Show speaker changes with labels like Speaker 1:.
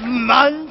Speaker 1: 满